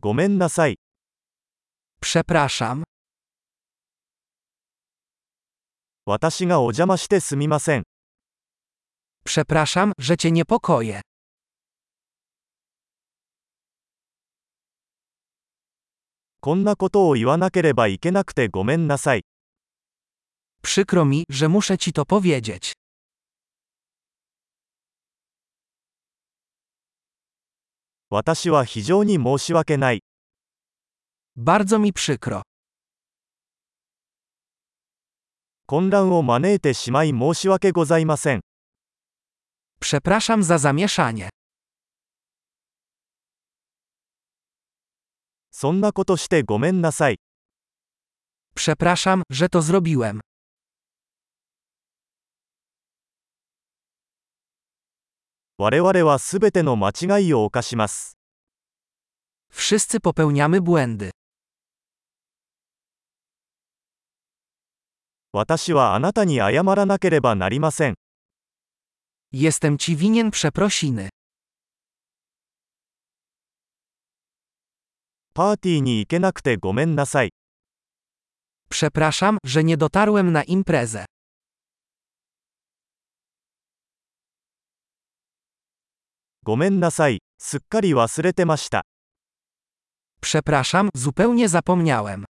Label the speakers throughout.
Speaker 1: ごめんなさい。
Speaker 2: Przepraszam,
Speaker 1: 私がお邪魔してすみません。
Speaker 2: przepraszam, że cię niepokoję.
Speaker 1: こんなことを言わなければいけなくてごめんなさい。
Speaker 2: Przykro mi, że muszę ci to powiedzieć.
Speaker 1: 私は非常に申し訳ない。
Speaker 2: Bardzo mi przykro.
Speaker 1: 混乱を招いてしまい申し訳ございません。
Speaker 2: Przepraszam za zamieszanie.
Speaker 1: そんなことしてごめんなさい。
Speaker 2: Przepraszam, że to zrobiłem.
Speaker 1: 我々はすべての間違いを犯します。
Speaker 2: Wszyscy popełniamy błędy.
Speaker 1: 私はあなたに謝らなければなりません。
Speaker 2: Jestem ci winien przeprosiny.
Speaker 1: パーティーに行けなくてごめんなさい。
Speaker 2: Przepraszam, że nie dotarłem na imprezę.
Speaker 1: ごめんなさい。すっかり忘れてました。
Speaker 2: Przepraszam, zupełnie zapomniałem.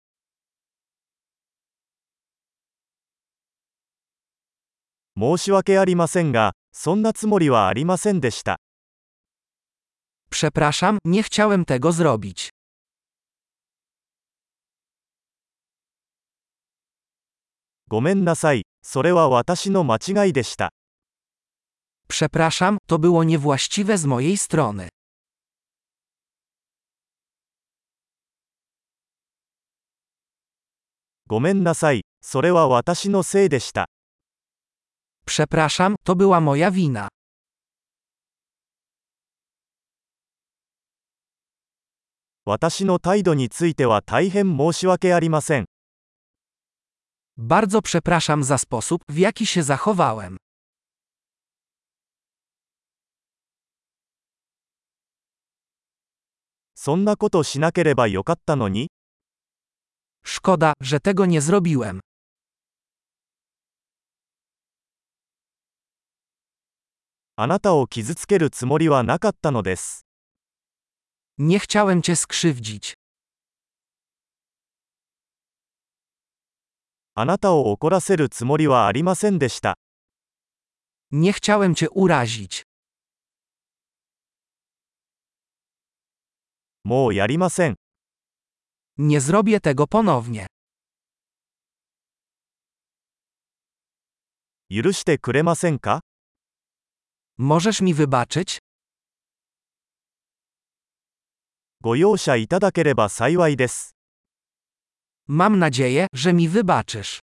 Speaker 1: 申し訳ありませんが、そんなつもりはありませんでした。
Speaker 2: Przepraszam, nie chciałem tego zrobić.
Speaker 1: ごめんなさい。それは私の間違いでした。
Speaker 2: Przepraszam, to było niewłaściwe z mojej strony.
Speaker 1: ごめんなさい。それは私のせいでした。
Speaker 2: Przepraszam, to była moja wina.
Speaker 1: 私の態度については大変申し訳ありません。
Speaker 2: Bardzo przepraszam za sposób, w jaki się zachowałem.
Speaker 1: そんなことしなければよかったのに、
Speaker 2: Szkoda, że tego nie zrobiłem.
Speaker 1: あなたを傷つけるつもりはなかったのです。
Speaker 2: Nie chciałem cię skrzywdzić.
Speaker 1: あなたを怒らせるつもりはありませんでした。
Speaker 2: Nie chciałem cię urazić.
Speaker 1: もうやりません。
Speaker 2: Nie zrobię tego ponownie.
Speaker 1: 許してくれませんか
Speaker 2: Możesz mi wybaczyć?
Speaker 1: ご容赦いただければ幸いです。
Speaker 2: Mam nadzieję, że mi wybaczysz.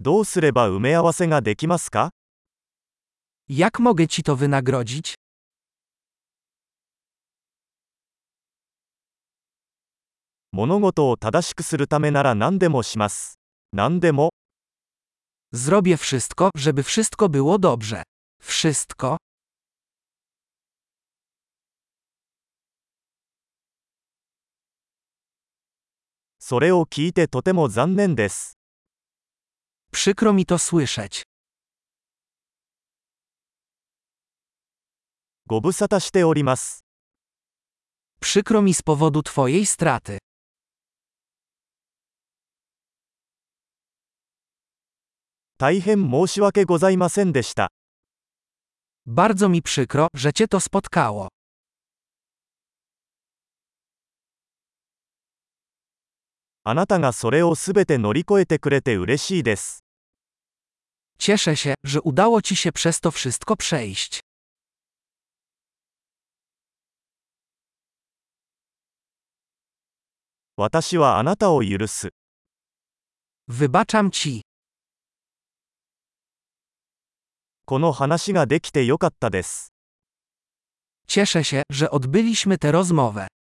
Speaker 1: どうすれば埋め合わせができますか
Speaker 2: Jak mogę ci to wynagrodzić?
Speaker 1: 物事を正しくするためなら何でもします。何でも、
Speaker 2: Zrobię wszystko, żeby wszystko było dobrze. Wszystko?
Speaker 1: それを聞いてとても残念です。
Speaker 2: Przykro mi to słyszeć.
Speaker 1: ご無沙汰しております。
Speaker 2: Przykro mi z powodu twojej straty.
Speaker 1: 大変申し訳ございませんでした。
Speaker 2: Bardzo mi przykro, że cię to spotkało.
Speaker 1: あなたがそれをすべて乗り越えてくれて嬉しいです。
Speaker 2: Cieszę się, że udało ci się przez to wszystko przejść.
Speaker 1: 私はあなたを許す。
Speaker 2: Wybaczam ci.
Speaker 1: この話ができてよかったです。
Speaker 2: Cieszę się, że odbyliśmy tę rozmowę.